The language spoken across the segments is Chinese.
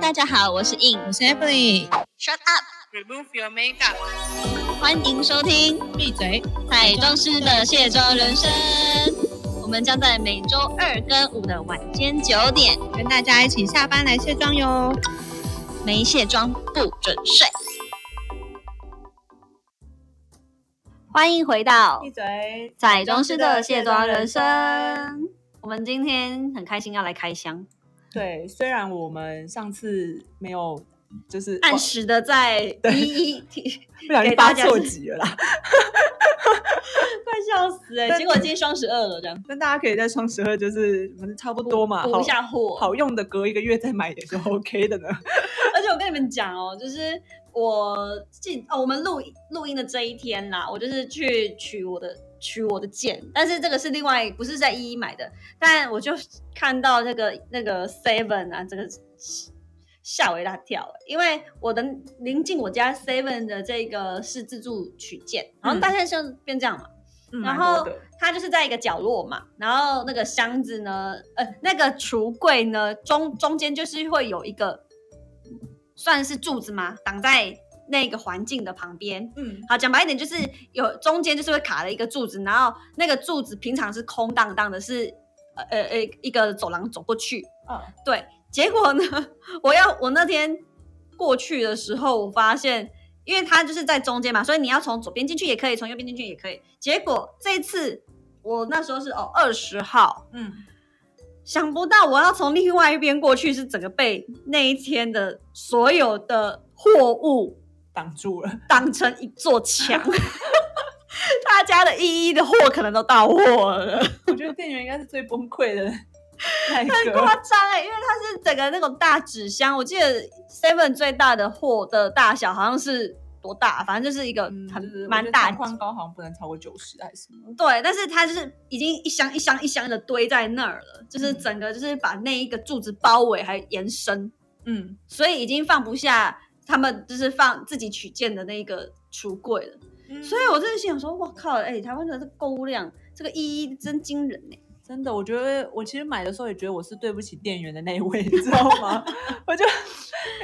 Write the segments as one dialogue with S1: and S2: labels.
S1: 大家好，我是 In，
S2: 我是 Emily，
S1: Shut up，
S2: Remove your makeup，
S1: 欢迎收听《
S2: 闭嘴。
S1: 彩妆师的卸妆人生》，我们将在每周二跟五的晚间九点，
S2: 跟大家一起下班来卸妆哟。
S1: 没卸妆不准睡。欢迎回到
S2: 闭嘴。
S1: 彩妆师的卸妆人生，我们今天很开心要来开箱，
S3: 对，虽然我们上次没有，就是
S1: 按时的在一一 提，
S3: 不小
S1: 给
S3: 心
S1: 大
S3: 发
S1: 家
S3: 错
S1: 是
S3: 集 了啦，
S1: 快笑死哎、
S3: 但
S1: 结果今天双十二了，这样
S3: 但大家可以在双十二就是我们差不多嘛，
S1: 补
S3: 好
S1: 一下货。
S3: 好用的隔一个月再买也是 OK 的呢。
S1: 而且我跟你们讲哦，就是我进哦，我们录录音的这一天啦，我就是去取我的取我的件，但是这个是另外不是在一一买的，但我就看到那个那个 Seven 啊，这个吓我一大跳，欸因为我的临近我家 Seven 的这个是自助取件，然后
S3: 嗯
S1: 大概就变这样嘛，
S3: 嗯
S1: 然
S3: 蛮多
S1: 后
S3: 的
S1: 它就是在一个角落嘛，然后那个箱子呢，呃，那个橱柜呢，中中间就是会有一个算是柱子嘛，挡在那个环境的旁边。
S3: 嗯，
S1: 好，讲白一点就是有中间就是会卡了一个柱子，然后那个柱子平常是空荡荡的是，呃呃呃一个走廊走过去，
S3: 啊，
S1: 对，结果呢， 我要我那天过去的时候，我发现，因为它就是在中间嘛，所以你要从左边进去也可以，从右边进去也可以。结果这一次我那时候是哦二十号，
S3: 嗯，
S1: 想不到我要从另外一边过去，是整个被那一天的所有的货物
S3: 挡住了，
S1: 当成一座墙。 大家的一一的货可能都到货了，
S3: 我觉得店员应该是最崩溃的 那一
S1: 夸
S3: 个。
S1: 张哎，因为它是整个那种大纸箱，我记得 Seven 最大的货的大小好像是多大，反正就是一个
S3: 嗯
S1: 很
S3: 就是我
S1: 蛮
S3: 觉得
S1: 大
S3: 长
S1: 的。
S3: 宽高好像不能超过九十还是什么？
S1: 对，但是它就是已经一箱一箱一箱的堆在那儿了，就是
S3: 嗯
S1: 整个就是把那一个柱子包围还延伸，
S3: 嗯，
S1: 所以已经放不下他们就是放自己取件的那个橱柜了。所
S3: 以
S1: 以我真的心想说，我靠，哎、台湾的这个购物量，这个意义真惊人呢、
S3: 真的，我觉得我其实买的时候也觉得我是对不起店员的那一位， 你知道吗？我就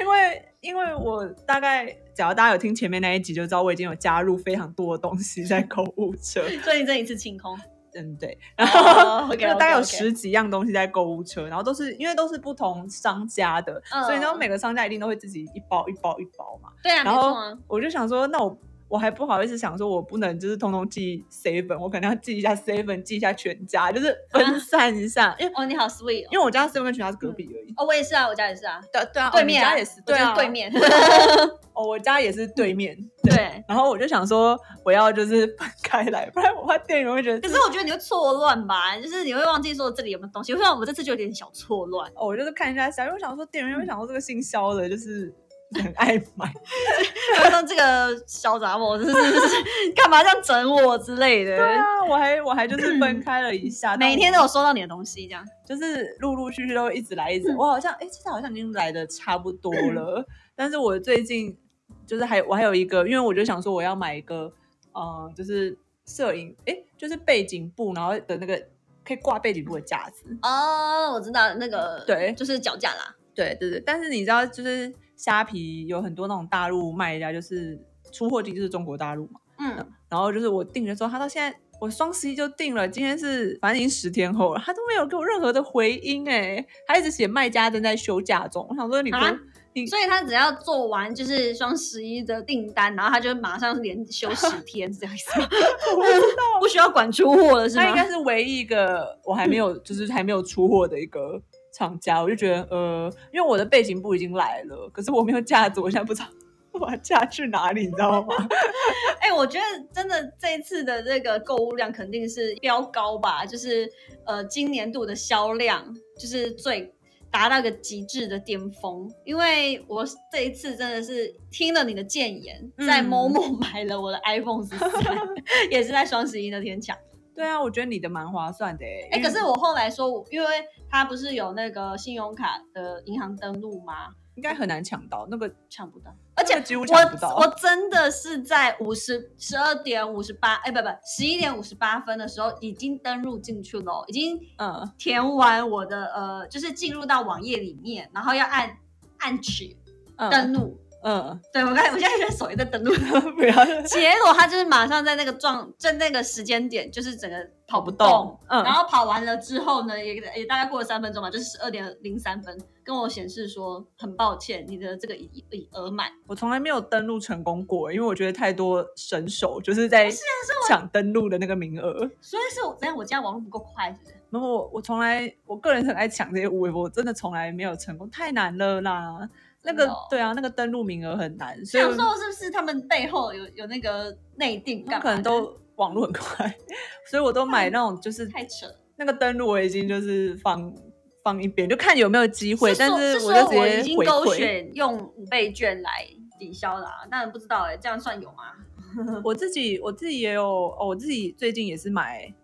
S3: 因为因为我大概，只要大家有听前面那一集，就知道我已经有加入非常多的东西在购物车。
S1: 所以你这一次清 空，哦
S3: 嗯，对，然后
S1: OK，
S3: 就大概
S1: OK，OK
S3: 有十几样东西在购物车，然后都是因为都是不同商家的，
S1: 嗯
S3: 所以呢，每个商家一定都会自己一包一包一包嘛。
S1: 对啊，没
S3: 然后
S1: 错啊，
S3: 我就想说，那我我还不好意思想说，我不能就是通通记 seven，我可能要记一下 seven，记一下全家，就是
S1: 啊
S3: 分散一下，因为
S1: 哦，你好 sweet 哦。
S3: 因为我家 seven 跟全家是隔壁而已。
S1: 哦，我也是啊，我家也是啊，
S3: 嗯对对啊
S1: 对面、
S3: 我
S1: 啊、
S3: 们家也是，
S1: 我
S3: 对
S1: 就是
S3: 啊，
S1: 对。面，
S3: 哦，我家也是对面。
S1: 对。
S3: 然后我就想说，我要就是分开来，不然我怕店员会觉得
S1: 可是我觉得你会错乱吧，就是你会忘记说这里有没有东西。我想我这次就有点小错乱，
S3: 哦，我就是看一下下，因为我想说店员会想说这个姓肖的，就是很爱买，
S1: 我说这个小杂毛就是 干嘛这样整我之类的。
S3: 对啊，我还我还就是分开了一下，但
S1: 每
S3: 我
S1: 天都有收到你的东西，这样
S3: 就是陆陆续续都一直来，一直我好像哎，其实好像已经来的差不多了，但是我最近就是还我还有一个，因为我就想说我要买一个，嗯、就是摄影哎，就是背景布，然后的那个可以挂背景布的架子，
S1: 哦，我知道那个
S3: 对
S1: 就是脚架啦，
S3: 对对对，但是你知道，就是虾皮有很多那种大陆卖家，就是出货地就是中国大陆嘛。
S1: 嗯，
S3: 然后就是我订的时候，他到现在我双十一就订了，今天是反正已经十天后了，他都没有给我任何的回音哎，他一直写卖家正在休假中。我想说你不、
S1: 啊
S3: 你
S1: 所以他只要做完就是双十一的订单，然后他就马上连休十天，是这样子 吗？不需要管出货了是吗
S3: 他应？该是唯一一个我还没有就是还没有出货的一个厂家，我就觉得呃，因为我的背景布已经来了，可是我没有架子，我现在不知道我要架去哪里，你知道吗？
S1: 哎、我觉得真的这一次的这个购物量肯定是飙高吧，就是呃，今年度的销量就是最达到一个极致的巅峰。因为我这一次真的是听了你的谏言，
S3: 嗯
S1: 在某某买了我的 iPhone 十三， 也是在双十一那天抢。
S3: 对啊，我觉得你的蛮划算的哎、
S1: 哎、
S3: 因为
S1: 可是我后来说，我因为它不是有那个信用卡的银行登录吗？
S3: 应该很难抢到那个，
S1: 抢不到。
S3: 而且几乎抢不到。
S1: 我我真的是在五十十二点五十八，哎，不不，十一点五十八分的时候已经登录进去了，哦已经
S3: 嗯
S1: 填完我的呃，就是进入到网页里面，然后要按按取登
S3: 嗯
S1: 录。
S3: 嗯，
S1: 对我刚才我现在手也在登录，
S3: 不要
S1: 结果他就是马上在那个状在那个时间点，就是整个跑不动。
S3: 动，嗯
S1: 然后跑完了之后呢，也也大概过了三分钟吧，就是十二点零三分，跟我显示说很抱歉，你的这个已已额满。
S3: 我从来没有登录成功过，因为我觉得太多神手就是
S1: 哦
S3: 啊在抢登录的那个名额。
S1: 所以是我怎样？我家网络不够快，是不是？
S3: 然后我我从来我个人很爱抢这些无微博，我真的从来没有成功，太难了啦。那
S1: 真
S3: 个、
S1: 的哦
S3: 对啊，那个登录名额很难，所以
S1: 想说是不是他们背后有有那个内定
S3: 他
S1: 干
S3: 们
S1: 嘛？
S3: 可能都网络很快，所以我都买那种就是
S1: 太扯了。
S3: 那个登录我已经就是放放一边，就看有没有机会，
S1: 说
S3: 但
S1: 是
S3: 我
S1: 说
S3: 就
S1: 我已
S3: 直接
S1: 经
S3: 回
S1: 勾
S3: 馈。
S1: 选用五倍券来抵消啦、但不知道哎、这样算有吗？
S3: 我自己我自己也有哦，我自己最近也是买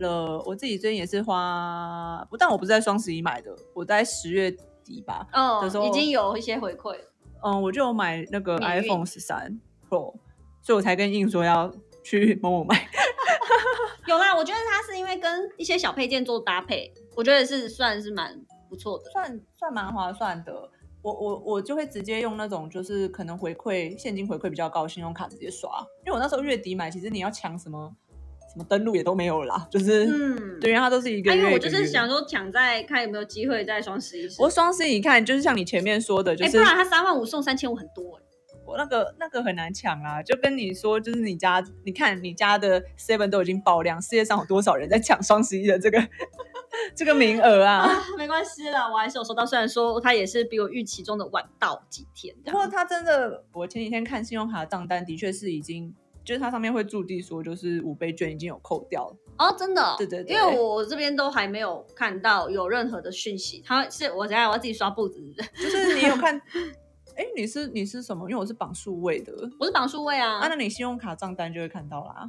S3: 了，我自己最近也是花，不但我不是在双十一买的，我在十月底吧，
S1: 嗯
S3: 有时，候
S1: 已经有一些回馈了。
S3: 嗯，我就有买那个
S1: 免运
S3: iPhone 十三 Pro，所以我才跟印说要去某某买。
S1: 有啦，我觉得它是因为跟一些小配件做搭配，我觉得是算是蛮不错的。
S3: 算算蛮划算的。我我我就会直接用那种就是可能回馈现金回馈比较高的信用卡直接刷，因为我那时候月底买，其实你要抢什么什么登录也都没有了啦，就是、
S1: 嗯，
S3: 对，因为它都是一个
S1: 啊
S3: 月
S1: 因
S3: 一个
S1: 为
S3: 月。
S1: 我就是想说抢在看有没有机会在双十一时。
S3: 我双十一你看就是像你前面说的，就
S1: 哎、
S3: 是
S1: 不然它三万五送三千五很多、欸。
S3: 我那个那个很难抢啊，就跟你说，就是你家，你看你家的 Seven 都已经爆量，世界上有多少人在抢双十一的这个 这个名额啊？
S1: 啊， 没关系啦，我还是有收到。虽然说它也是比我预期中的晚到几天这
S3: 不
S1: 样，
S3: 过他真的，我前几天看信用卡的账单，的确是已经，就是它上面会注记说，就是五倍券已经有扣掉了。
S1: 哦，真的哦、
S3: 对对对
S1: 因为我这边都还没有看到有任何的讯息。它是我等一下我要自己刷步子，
S3: 就是你有 看，哎，你是你是什么？因为我是绑数位的，
S1: 我是绑数位啊，
S3: 啊，那你信用卡账单就会看到啦。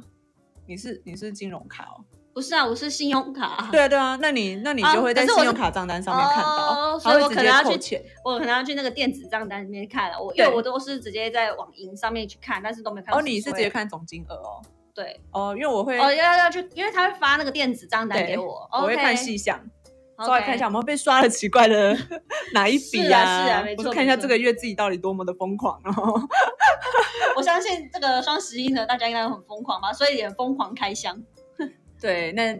S3: 你是你是金融卡哦，
S1: 不是啊，我是信用卡，
S3: 对啊对啊，那你那你
S1: 啊
S3: 就会
S1: 可
S3: 在
S1: 是我
S3: 信
S1: 是
S3: 用卡账单上面看到，
S1: 哦所以
S3: 它
S1: 我可
S3: 会直
S1: 能
S3: 接
S1: 要
S3: 扣
S1: 去
S3: 钱。
S1: 我可能要去那个电子账单里面看了。我因
S3: 对
S1: 为我都是直接在网银上面去看，但是都没看到
S3: 哦，
S1: 数位。
S3: 你是直接看总金额哦。
S1: 对
S3: 哦，因为我会，
S1: 哦，要要去，因为他会发那个电子账单
S3: 对
S1: 给我，
S3: 我会
S1: OK，
S3: 看细项，
S1: OK
S3: 稍微看一下有没有被刷了奇怪的 哪一笔呀、
S1: 是啊是啊没
S3: 或
S1: 错
S3: 者看一
S1: 没
S3: 下
S1: 错
S3: 这个月自己到底多么的疯狂哦。
S1: 我相信这个双十一呢，大家应该很疯狂吧，所以也疯狂开箱。
S3: 对，那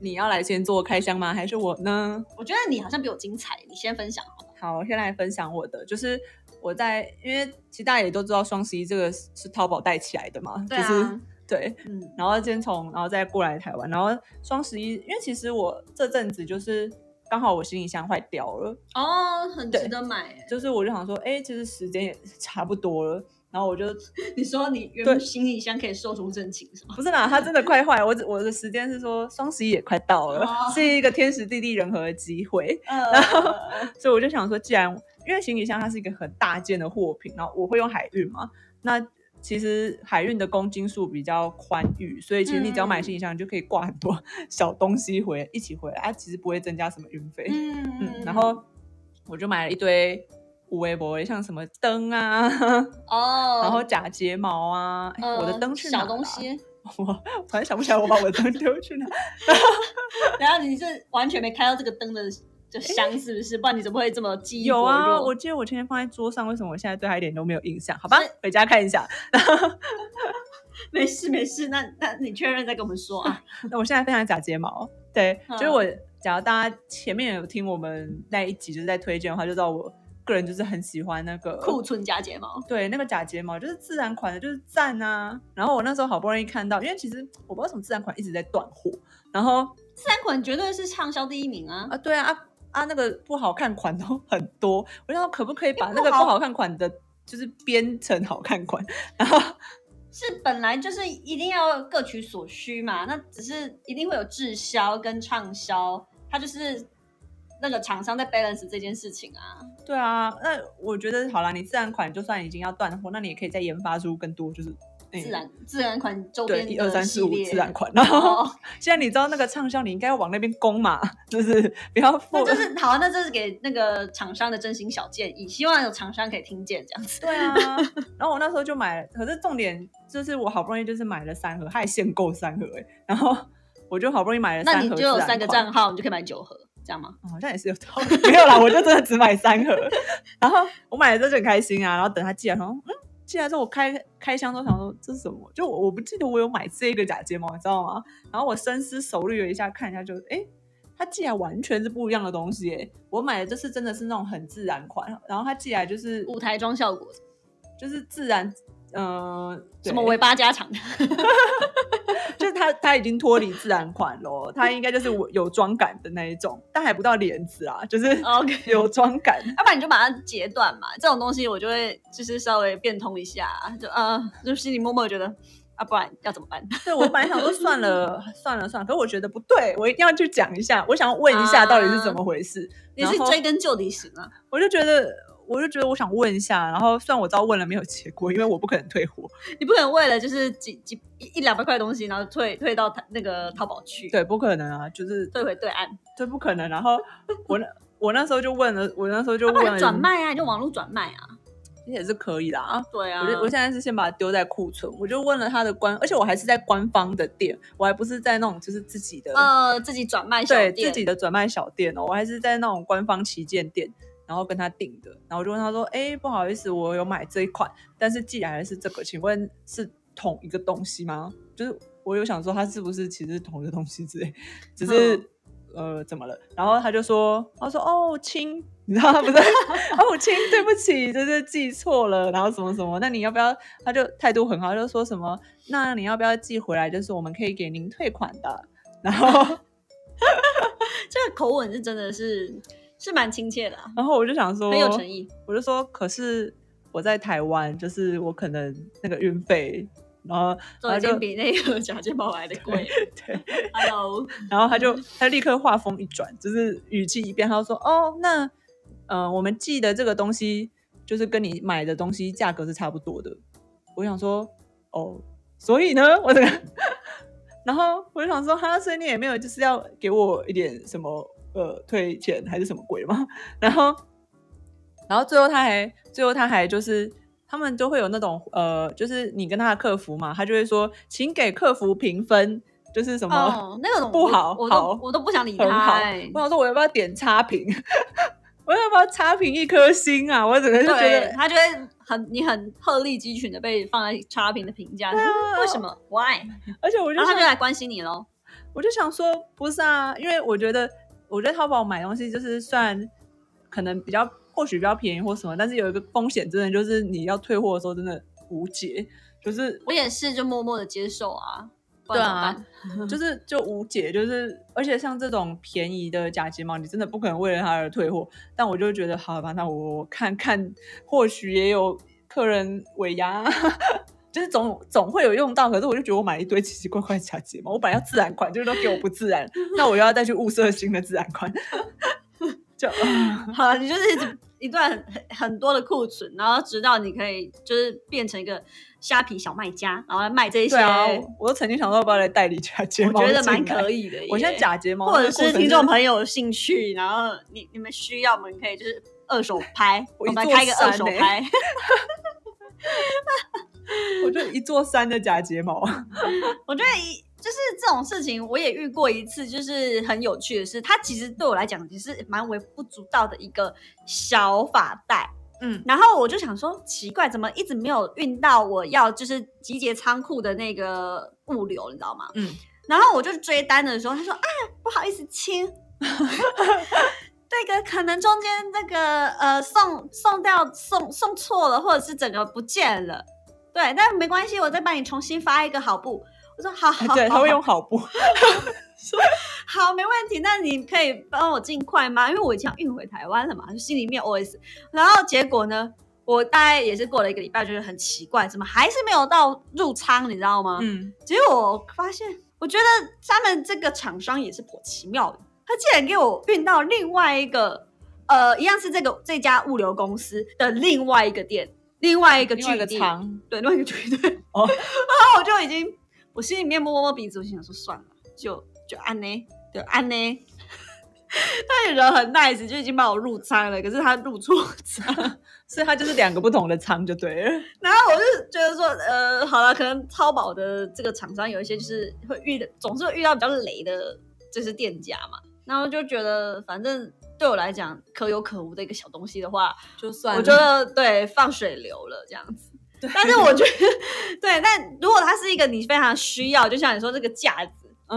S3: 你要来先做开箱吗？还是我呢？
S1: 我觉得你好像比我精彩，你先分享好了。
S3: 好，我先来分享我的，就是我在，因为其实大家也都知道双十一这个是是淘宝带起来的嘛，就是对，
S1: 啊嗯，
S3: 然后先从，然后再过来台湾，然后双十一，因为其实我这阵子就是刚好我行李箱坏掉了。
S1: 哦，很值
S3: 对
S1: 得买耶。
S3: 就是我就想说，哎、其实时间也差不多了，然后我就
S1: 你说你原
S3: 对
S1: 行李箱可以寿终正寝是吗？
S3: 不是啦，它真的快坏，我只我的时间是说双十一也快到了，
S1: 哦
S3: 是一个天时地利人和的机会，
S1: 呃，
S3: 所以我就想说，既然因为行李箱它是一个很大件的货品，然后我会用海运嘛，那。其实海运的公斤数比较宽裕，所以其实你只要买行李箱，你就可以挂很多 小东西回一起回来，啊，其实不会增加什么运费。
S1: 嗯
S3: 嗯，然后我就买了一堆五微博，像什么灯啊，
S1: 哦，
S3: 然后假睫毛啊，哎我的
S1: 呃
S3: 灯去哪、
S1: 小东， 西，
S3: 我突然想不起来我把我的灯丢 去哪。
S1: 然后你是完全没开到这个灯的就香是不是？不然你怎么会这么记忆
S3: 有
S1: 薄
S3: 啊，
S1: 弱
S3: 我记得我前天放在桌上，为什么我现在对它一点都没有印象？好吧
S1: 是，
S3: 回家看一下。
S1: 没事没事，那那你确认再跟我们说 啊。
S3: 那我现在分享假睫毛，对，
S1: 嗯
S3: 就是我，假如大家前面有听我们那一集就是在推荐的话，就知道我个人就是很喜欢那个
S1: 库存加睫毛，
S3: 对，那个假睫毛就是自然款的，就是赞啊。然后我那时候好不容易看到，因为其实我不知道为什么自然款一直在断货，然后
S1: 自然款绝对是畅销第一名啊。
S3: 啊，对啊啊啊，那个不好看款都 很多，我想说可不可以把那个
S1: 不
S3: 不
S1: 好
S3: 好看款的，就是编成好看款， 然后
S1: 是本来就是一定要各取所需嘛，那只是一定会有滞销跟畅销，它就是那个厂商在 balance 这件事情啊。
S3: 对啊，那我觉得好啦，你自然款就算已经要断货，那你也可以再研发出更多，就是、嗯
S1: 自然自然款周边
S3: 对
S1: 的
S3: 一二三四
S1: 系
S3: 五
S1: 列
S3: 自然款，然后
S1: 哦，
S3: 现在你知道那个畅销，你应该要往那边攻嘛，就是不要
S1: 那
S3: 付，
S1: 就是好，那这是给那个厂商的真心小建议，希望有厂商可以听见这样子。
S3: 对啊，然后我那时候就买了，可是重点就是我好不容易就是买了三盒，它还限购三盒、欸，然后我就好不容易买了
S1: 那
S3: 三
S1: 你
S3: 盒，
S1: 就有三个
S3: 账。
S1: 账号，你就可以买九盒。这样吗？
S3: 哦好像也是有道理。 没有啦，我就真的只买三盒，然后我买了之后就很开心啊，然后等他寄来，然后嗯，寄来之后我开开箱之后想说这是什么？就我我不记得我有买这个假睫毛，你知道吗？然后我深思熟虑了一下，看一下就哎。诶它寄来完全是不一样的东西诶，我买的这次真的是那种很自然款，然后它寄来就是
S1: 舞台妆效果，
S3: 就是自然，呃，
S1: 什
S3: 对
S1: 么尾巴加长 的，
S3: 就是它它已经脱离自然款咯，它应该就是我有妆感的那一种，但还不到帘子啊，就是
S1: OK
S3: 有妆感。
S1: 要不然你就把它截断嘛。这种东西我就会就是稍微变通一下，就呃，就心里默默觉得啊，不然要怎么办？
S3: 对，我本来想说算了算了算了，可是我觉得不对，我一定要去讲一下，我想要问一下到底
S1: 啊
S3: 是怎么回事。
S1: 你是
S3: 然后
S1: 追根究底型啊，
S3: 我就觉得，我就觉得我想问一下，然后虽然我知道问了没有结果，因为我不可能退货，
S1: 你不可能为了就是几几一一两百块的东西，然后退退到淘那个淘宝去，
S3: 对，不可能啊，就是
S1: 退回对岸，
S3: 这不可能。然后我那我那时候就问了，我那时候就
S1: 要不
S3: 问
S1: 然
S3: 了，
S1: 转卖啊，你就网络转卖啊，
S3: 其实也是可以啦啊。
S1: 对啊，
S3: 我就我现在是先把它丢在库存，我就问了他的官，而且我还是在官方的店，我还不是在那种就是自己的，
S1: 呃自己转卖小
S3: 对
S1: 店，
S3: 自己的转卖小店哦，我还是在那种官方旗舰店，然后跟他订的，然后我就问他说，哎，不好意思，我有买这一款，但是寄来的是这个，请问是同一个东西吗？就是我有想说他是不是其实是同一个东西之类，只是、
S1: 嗯
S3: 呃怎么了？然后他就说，他说哦亲。 你知道他不是哦，亲，对不起，就是记错了，然后什么什么，那你要不要？他就态度很好，就说什么，那你要不要寄回来？就是我们可以给您退款的。 然后
S1: 这个口吻是真的是是蛮亲切的、啊，
S3: 然后我就想说，
S1: 很有诚意。
S3: 我就说，可是我在台湾，就是我可能那个运费，然后
S1: 都
S3: 然
S1: 已
S3: 后啊就
S1: 经比那个假睫毛来的贵哎了。
S3: 对，
S1: Hello，
S3: 然后他就他立刻话锋一转，就是语气一变，他就说，哦，那呃，我们寄的这个东西，就是跟你买的东西价格是差不多的。我想说，哦，所以呢，我这个， 然后我就想说，哈，所以你也没有就是要给我一点什么呃退钱还是什么鬼吗？ 然后，然后最后他还，最后他还就是。他们都会有那种呃，就是你跟他的客服嘛，他就会说，请给客服评分，就是什么、
S1: 哦，那种
S3: 不好
S1: 我我
S3: 好
S1: 都我都不想理
S3: 很
S1: 他、
S3: 好
S1: 欸。。
S3: 我想说，我要不要点差评？ 我要不要差评一颗星啊？我整个就觉
S1: 对
S3: 得，
S1: 他就会很你很鹤立鸡群的被放在差评的评价，
S3: 对啊
S1: 为什么？Why？
S3: 而且我就
S1: 然后他就
S3: 想，
S1: 来关心你喽。
S3: 我就想说，不是啊，因为我觉得，我觉得淘宝买东西就是虽然可能比较或许比较便宜或什么，但是有一个风险，真的就是你要退货的时候真的无解，就是
S1: 我也是，就默默的接受啊。不
S3: 对
S1: 然怎么
S3: 啊
S1: 办？
S3: 就是就无解，就是而且像这种便宜的假睫毛，你真的不可能为了它而退货。但我就觉得，好吧，那我看看，或许也有客人尾牙，啊 就是总总会有用到。可是我就觉得我买了一堆奇奇怪怪的假睫毛，我本来要自然款，就是都给我不自然，那我又要再去物色新的自然款， 就、啊
S1: 好了，你就是一直一段很很很多的库存，然后直到你可以就是变成一个虾皮小卖家，然后来卖这些，
S3: 对啊，我都曾经想到要不要来代理假睫
S1: 我
S3: 毛，
S1: 觉得蛮
S3: 以。
S1: 可以的耶。
S3: 我现在假睫毛
S1: 或者
S3: 那个库存
S1: 是
S3: 真的，
S1: 听众朋友有兴趣，然后你你们需要，我们可以就是二手拍，我
S3: 我一
S1: 们来
S3: 座
S1: 开一个二
S3: 山
S1: 手
S3: 欸
S1: 拍，
S3: 我就一座山的假睫毛。
S1: 我觉得一就是这种事情，我也遇过一次，就是很有趣的是，它其实对我来讲也是蛮微不足道的一个小发带。
S3: 嗯，
S1: 然后我就想说，奇怪，怎么一直没有运到我要就是集结仓库的那个物流，你知道吗？
S3: 嗯，
S1: 然后我就追单的时候，他说啊，不好意思，亲。那个可能中间那个呃送送掉送送错了，或者是整个不见了，对，但没关系，我再帮你重新发一个好不？我说好好好，
S3: 对，他会
S1: 好
S3: 用好布。
S1: 好，没问题。那你可以帮我尽快吗？因为我已经要运回台湾了嘛，就心里面 OS。然后结果呢，我大概也是过了一个礼拜，觉得很奇怪，怎么还是没有到入仓，你知道吗？
S3: 嗯，
S1: 结果我发现，我觉得他们这个厂商也是颇奇妙的，他竟然给我运到另外一个，呃，一样是这个这家物流公司的另外一个店，另外一个
S3: 另外
S1: 据
S3: 一个
S1: 地，
S3: 仓，
S1: 对，另外一个据地。
S3: 哦
S1: 然后我就已经，我心里面摸摸鼻子，我心想说算了，就就按呢，就按呢。 他也人很 nice，就已经帮我入仓了，可是他入错仓，
S3: 所以它就是两个不同的仓就对 了。
S1: 然后我就觉得说，呃，好了，可能淘宝的这个厂商有一些就是会遇的，总是会遇到比较雷的，就是店家嘛。然后就觉得反正对我来讲可有可无的一个小东西的话，
S3: 就算
S1: 我
S3: 了
S1: 觉得对放水流了这样子。但是我觉得 对，但如果它是一个你非常需要，就像你说这个架子，
S3: 嗯，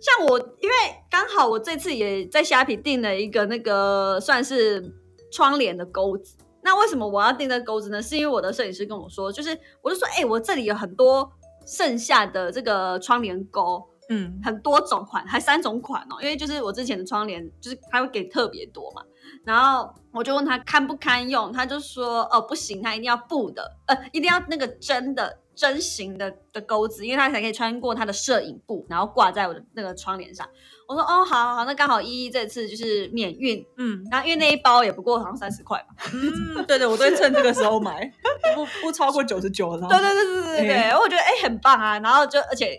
S1: 像我因为刚好我这次也在虾皮订了一个那个算是窗帘的钩子。那为什么我要订这个钩子呢？是因为我的摄影师跟我说，就是我就说，哎、我这里有很多剩下的这个窗帘钩，
S3: 嗯，
S1: 很多种款，还三种款哦。因为就是我之前的窗帘，就是他会给特别多嘛。然后我就问他堪不堪用，他就说哦不行，他一定要布的，呃，一定要那个真的真型的的钩子，因为他才可以穿过他的摄影布，然后挂在我的那个窗帘上。我说哦，好好好，那刚好依依这次就是免运，
S3: 嗯
S1: 然后因为那一包也不过好像三十块吧。
S3: 嗯，对对，我都会趁这个时候买， 不不超过九十九，然后
S1: 对对对对对对对，
S3: 哎
S1: 我觉得哎、很棒啊，然后就而且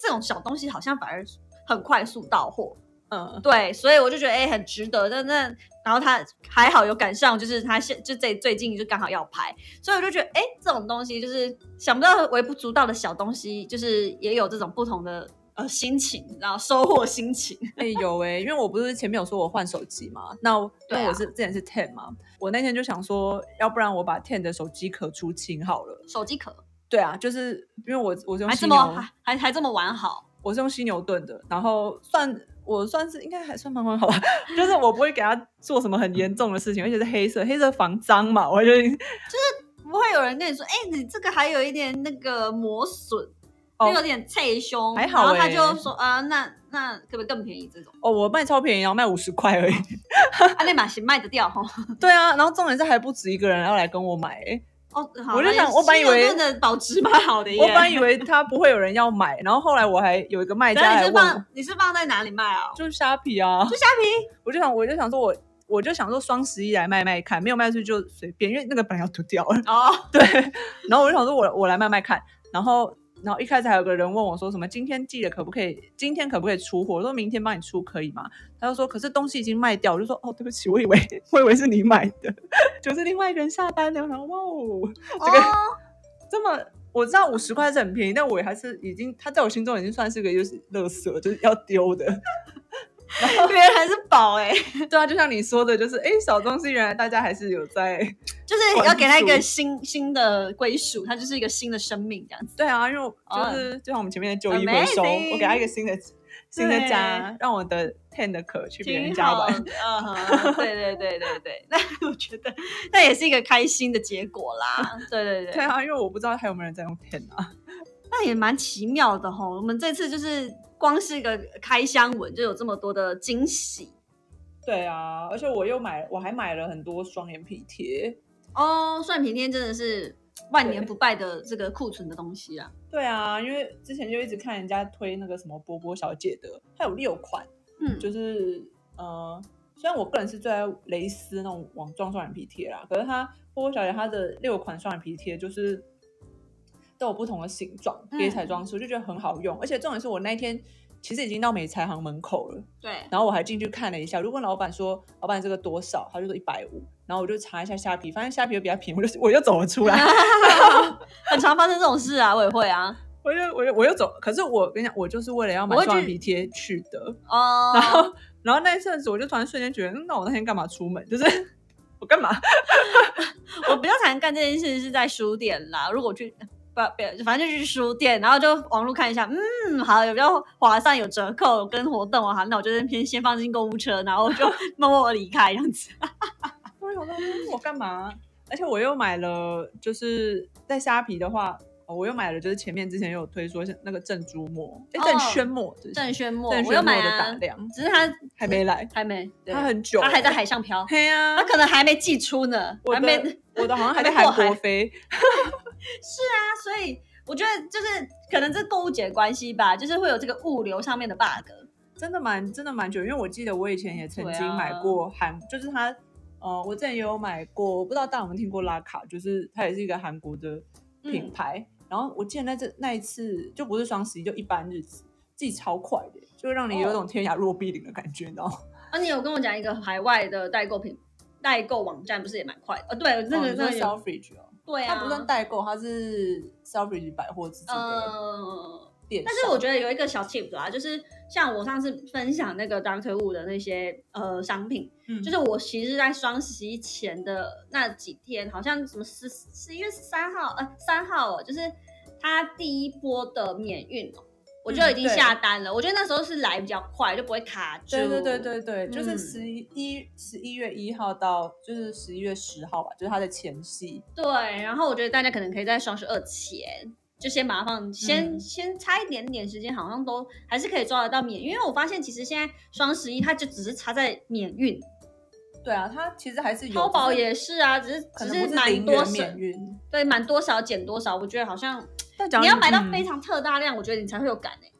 S1: 这种小东西好像反而很快速到货，
S3: 嗯，
S1: 对，所以我就觉得哎、很值得。但那然后他还好有赶上，就是他现就最最近就刚好要拍，所以我就觉得哎、这种东西就是想不到微不足道的小东西，就是也有这种不同的呃心情，然后收获心情。
S3: 哎、有哎、因为我不是前面有说我换手机嘛，那我
S1: 对啊
S3: 那我是之前是 Ten 嘛，我那天就想说，要不然我把 Ten 的手机壳出清好了。
S1: 手机壳
S3: 对啊，就是因为我我是用
S1: 还
S3: 犀
S1: 这
S3: 牛，
S1: 么啊还还还这么完好，
S3: 我是用犀牛盾的，然后算我算是应该还算蛮蛮好吧， 就是我不会给它做什么很严重的事情，而且是黑色，黑色防脏嘛，我就
S1: 不会有人跟你说哎、你这个还有一点那个磨损，
S3: 哦
S1: 就有点脆胸，
S3: 还好
S1: 然后他
S3: 欸
S1: 就说啊、那那可不可以更便宜这种？
S3: 哦，我卖超便宜，然后卖五十 块而已。
S1: 啊，那把鞋卖得掉哈。
S3: 对啊，然后重点是还不止一个人要来跟我买、欸
S1: 哦，好
S3: 我就
S1: 那
S3: 想我本来以
S1: 犀牛
S3: 为
S1: 顿的保值蛮好的耶，
S3: 我本来以为他不会有人要买，然后后来我还有一个卖家
S1: 等下
S3: 来
S1: 你是
S3: 问我
S1: 放，你是放在哪里卖啊？
S3: 就是虾皮啊，就虾皮。我就想，我就想说我，我就想说双十一来卖卖看，没有卖出去就随便，因为那个本来要涂掉了。
S1: 哦，
S3: 对，然后我就想说我，我来卖卖看。然后，然后一开始还有个人问我说，什么今天寄了可不可以？今天可不可以出货？我说明天帮你出可以吗？他就说，可是东西已经卖掉。我就说，哦，对不起，我以为 我以为是你买的， 就是另外一个人下单了。然后哇哦，这个
S1: 哦
S3: 这么。我知道五十块是很便宜，但我也还是已经，他在我心中已经算是个就是垃圾，就是要丢 的。
S1: 原来是宝哎、
S3: 对啊，就像你说的，就是哎，诶小东西原来大家还是有在。
S1: 就是要给他一个新新的归属，它就是一个新的生命这样子。
S3: 对啊，因为我
S1: 哦
S3: 就是、就像我们前面的旧衣回收，
S1: Amazing
S3: 我给他一个新的新的家，让我的 ten 的壳去别人
S1: 挺
S3: 家
S1: 好
S3: 玩。
S1: 的， 嗯哼，对对对对对，那我觉得那也是一个开心的结果 啦，对对对，
S3: 对啊，因为我不知道还有没有人在用 ten 啊。
S1: 那也蛮奇妙的吼。我们这次就是光是一个开箱文就有这么多的惊喜
S3: 对啊，而且我又买，我还买了很多双眼皮贴。
S1: 哦，蒜皮天真的是万年不败的这个库存的东西啦，
S3: 对啊，因为之前就一直看人家推那个什么波波小姐的，它有六款，
S1: 嗯，
S3: 就是呃，虽然我个人是最爱蕾丝那种网状双眼皮贴啦，可是它波波小姐它的六款双眼皮贴就是都有不同的形状
S1: 嗯
S3: 给彩妆师，我就觉得很好用。而且重点是我那一天其实已经到美彩行门口了，
S1: 对，
S3: 然后我还进去看了一下，我就问老板说：“老板这个多少？”他就说一百五，然后我就查一下虾皮，发现虾皮又比较便宜，我就我就走了出 来。
S1: 很常发生这种事啊，我也会啊，
S3: 我就我就我又走，可是我跟你讲，我就是为了要买
S1: 我会
S3: 双眼
S1: 去
S3: 皮贴去的。
S1: 哦，
S3: 然后然后那一阵子，我就突然瞬间觉得，嗯那我那天干嘛出门？就是 我干嘛？
S1: 我比较常干这件事是在书店啦。如果我去不不，反正就去书店，然后就网络看一下，嗯，好，有比较划算，有折扣跟活动啊，好那我就先先放进购物车，然后就 默默离开这样子。
S3: 我想说嗯我干嘛？而且我又买了，就是在虾皮的话，哦我又买了，就是前面之前有推说是那个郑珠沫，哎，
S1: 哦
S3: 郑轩沫，对
S1: 郑轩墨，
S3: 郑
S1: 我
S3: 轩
S1: 又
S3: 沫
S1: 买
S3: 的打
S1: 啊，
S3: 量
S1: 只是他
S3: 还没来，
S1: 还没，对
S3: 他很久，
S1: 他还在，海上漂，
S3: 嘿呀
S1: 他，可能还没寄出呢，
S3: 我
S1: 还没啊
S3: 的我的好像还在
S1: 还没过
S3: 韩
S1: 海
S3: 国飞，
S1: 啊，所以我觉得就是可能这购物节的关系吧，就是会有这个物流上面的 bug。
S3: 真的蛮真的蛮久，因为我记得我以前也曾
S1: 对
S3: 经
S1: 啊
S3: 买过韩，就是它，呃，我之前也有买过，我不知道大家有没有听过拉卡，就是它也是一个韩国的
S1: 嗯
S3: 品牌。然后我记得那这那一次就不是双十一，就一般日子，自己超快的，就让你
S1: 哦
S3: 有一种天涯若比邻的感觉，你知道吗？
S1: 啊，你有跟我讲一个海外的代购品代购网站，不是也蛮快的？呃、对，那个、
S3: 哦你说
S1: 那个有
S3: Selfridge 哦，
S1: 对啊，
S3: 它不算代购，它是 Selfridge 百货自己的
S1: 呃，
S3: 电商。
S1: 但是我觉得有一个小 tip 啦，就是像我上次分享那个 Doctor Wu 的那些呃商品，
S3: 嗯
S1: 就是我其实，在双十一前的那几天，好像什么十十一月十三号，呃，三号哦，就是它第一波的免运哦，我就已经
S3: 嗯对
S1: 下单了。我觉得那时候是来比较快，就不会卡住。
S3: 对对对对对，就是
S1: 嗯
S3: 十一十一月一号到就是十一月十号吧，就是它的前夕。
S1: 对。然后我觉得大家可能可以在双十二前。就先把它放，先、
S3: 嗯
S1: 先差一点点时间，好像都还是可以抓得到免运，因为我发现其实现在双十一它就只是差在免运，
S3: 对啊，它其实还是有
S1: 淘宝
S3: 只是
S1: 也是啊，只是
S3: 可
S1: 只
S3: 能不
S1: 满
S3: 零
S1: 多
S3: 元
S1: 少，
S3: 免运，
S1: 对，满多少减多少，我觉得好像
S3: 但假如
S1: 你要买到
S3: 嗯
S1: 非常特大量，我觉得你才会有感哎、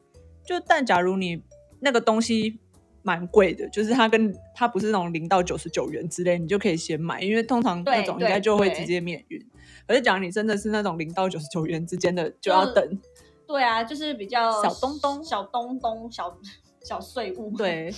S3: 就但假如你那个东西蛮贵的，就是它跟它不是那种零到九十九元之类，你就可以先买，因为通常
S1: 对
S3: 那种应
S1: 对
S3: 该就会
S1: 对
S3: 直接免运。可是假如你真的是那种零到九十九元之间的，就
S1: 就
S3: 要等。
S1: 对啊，就是比较
S3: 小东东
S1: 小东东、小小碎物。，
S3: 对，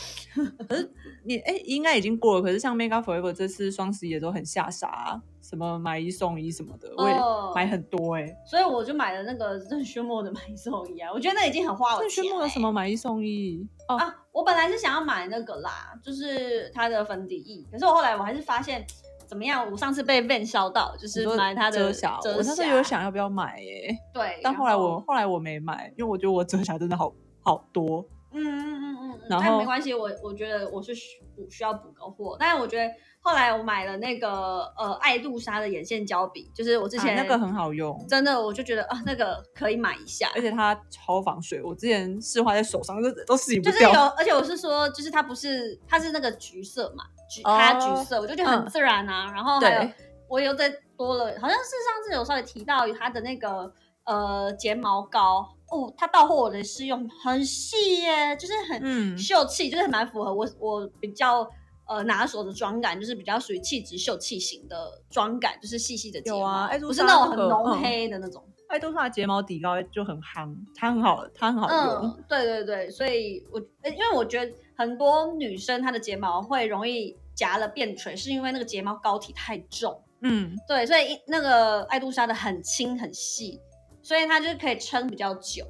S3: 可是你哎、应该已经过了。可是像 Mega Forever 这次双十一也都很下杀、什么买一送一什么的，我也
S1: 哦
S3: 买很多哎、
S1: 所以我就买了那个郑轩墨的买一送一啊，我觉得那已经很花我
S3: 那
S1: 钱、
S3: 宣布了什？么
S1: 欸
S3: 买一送一哦？
S1: 啊，我本来是想要买那个啦，就是它的粉底液，可是我后来我还是发现怎么样？我上次被 Van 烧到，就
S3: 你
S1: 是
S3: 说
S1: 买它的
S3: 遮瑕，
S1: 遮
S3: 我那时候
S1: 瑕
S3: 有想要不要买耶、
S1: 对，
S3: 但
S1: 然
S3: 后来我后来我没买，因为我觉得我遮瑕真的好好多。
S1: 嗯嗯嗯嗯，嗯，
S3: 然
S1: 但
S3: 后
S1: 没关系，我我觉得我是需补需要补个货，但是我觉得后来我买了那个呃爱露莎的眼线胶笔，就是我之前、
S3: 啊那个很好用，
S1: 真的我就觉得啊、那个可以买一下，
S3: 而且它超防水，我之前试画在手上都都洗不
S1: 就是
S3: 掉
S1: 有，，而且我是说，就是它不是它是那个橘色嘛，橘
S3: 哦
S1: 它橘色，我就觉得很
S3: 嗯
S1: 自然啊，然后还有
S3: 对，
S1: 我又再多了，好像是上次有稍微提到它的那个呃睫毛膏。哦，它到货我的试用很细耶，就是很、
S3: 嗯
S1: 秀气，就是蛮符合我我比较呃拿手的妆感，就是比较属于气质秀气型的妆感，就是细细的睫毛，
S3: 有啊哎
S1: 不是那种很
S3: 如果
S1: 浓
S3: 嗯
S1: 黑的那种。
S3: 爱多莎的睫毛底膏就很夯，它很好，它很好用。
S1: 嗯，对对对，所以我呃因为我觉得很多女生她的睫毛会容易夹了变垂，是因为那个睫毛膏体太重。
S3: 嗯，
S1: 对，所以一那个爱杜莎的很轻很细，所以它就是可以撑比较久。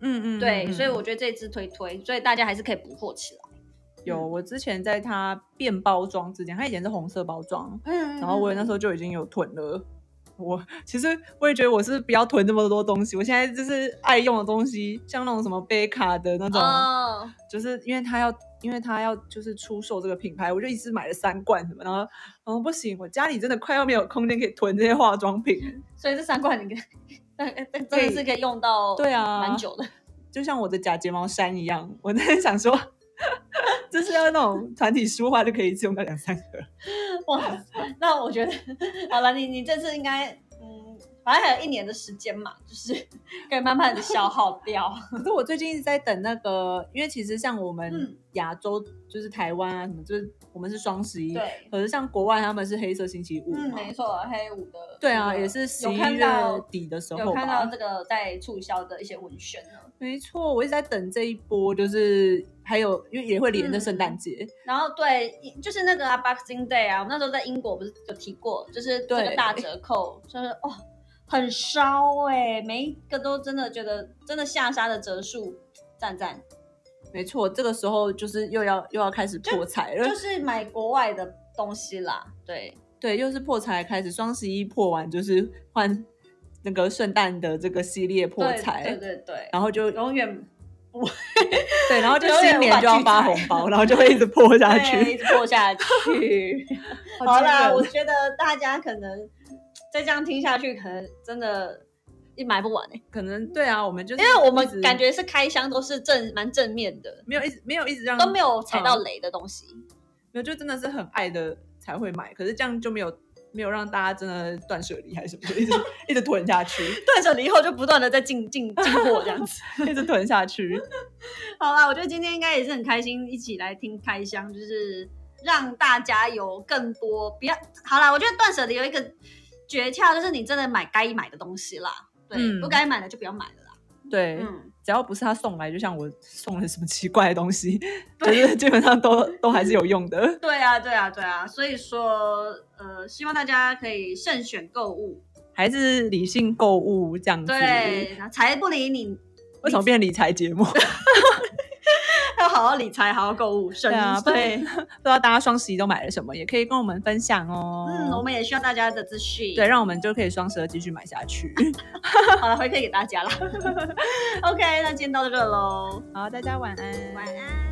S3: 嗯嗯，
S1: 对，
S3: 嗯
S1: 所以我觉得这支推推，所以大家还是可以补货起来。
S3: 有我之前在它变包装之前，它以前是红色包装，
S1: 嗯
S3: 然后我那时候就已经有囤了。我其实我也觉得我是不要囤这么多东西，我现在就是爱用的东西，像那种什么贝卡的那种，
S1: 哦，
S3: 就是因为他要，因为他要就是出售这个品牌，我就一次买了三罐什么，然后嗯不行，我家里真的快要没有空间可以囤这些化妆品。
S1: 所以这三罐你跟那那真的是可以用到
S3: 对啊
S1: 蛮久的。
S3: 就像我的假睫毛山一样，我在想说， 就是要那种团体梳化就可以一次用到两三个。
S1: 哇，那我觉得好了，你你这次应该嗯，反正还有一年的时间嘛，就是 可以慢慢的消耗 掉。
S3: 可是我最近一直在等那个，因为其实像我
S1: 嗯
S3: 们亚洲，就是台湾啊什么，就是我们是双十一，
S1: 对，
S3: 可是像国外他们是黑色星期五
S1: 嗯，
S3: 嘛。
S1: 没错，黑五的
S3: 对啊，
S1: 这个
S3: 也是十
S1: 有
S3: 一
S1: 看
S3: 月
S1: 到
S3: 底的时候吧。
S1: 有看到这个在促销的一些文宣了，
S3: 没错，我一直在等这一波，就是还有因为也会连着
S1: 嗯
S3: 圣诞节，
S1: 然后对，就是那个啊 Boxing Day 啊，我那时候在英国不是有提过，就是这个
S3: 对
S1: 大折扣，就是哦。很烧哎、每一个都真的觉得真的下杀的折数，赞赞。
S3: 没错，这个时候就是又要又要开始破财了，
S1: 就是买国外的东西啦，对，
S3: 对，又是破财开始，双十一破完就是换那个圣诞的这个系列破
S1: 对
S3: 财，
S1: 对对对，
S3: 然后就
S1: 永远
S3: 对，然后就
S1: 永远
S3: 新
S1: 无法
S3: 年就要
S1: 聚
S3: 发
S1: 财
S3: 红包，然后就会一直破下
S1: 对一
S3: 去。
S1: 直过下去。
S3: 好
S1: 好
S3: 惊
S1: 啦，
S3: 人
S1: 我觉得大家可能再这样听下去，可能真的也买不完哎、
S3: 可能对啊，我们就是
S1: 因为我
S3: 一直
S1: 们感觉是开箱都是正蛮正面的，
S3: 没有一直没有一直让
S1: 都没有踩到雷的东西。
S3: 没有，就真的是很爱的才会买，可是这样就没有没有让大家真的断舍离还是什么，就 一直一直囤下去，
S1: 断舍离后就不断的在进进进货这样子。
S3: 一直囤 下去。
S1: 好啦，我觉得今天应该也是很开心，一起来听开箱，就是让大家有更多不要好啦。我觉得断舍离有一个诀窍，就是你真的买该买的东西啦，对，
S3: 嗯
S1: 不该买的就不要买了啦。
S3: 对，
S1: 嗯，
S3: 只要不是他送来，就像我送了什么奇怪的东西，就是基本上都都还是有用的。
S1: 对啊，对啊，对啊。所以说，呃，希望大家可以慎选购物，嗯
S3: 还是理性购物这样子。
S1: 对，那财不理你，
S3: 为什么变理财节目？不
S1: 要好好理财，好好购物，省
S3: 对啊
S1: 对，
S3: 知道大家双十一都买了什么，也可以跟我们分享哦。
S1: 嗯，我们也需要大家的资讯。
S3: 对，，让我们就可以双十二继续买下去。
S1: 好了，回馈给大家啦。OK，那今天到这喽，
S3: 好，大家晚安，
S1: 晚安。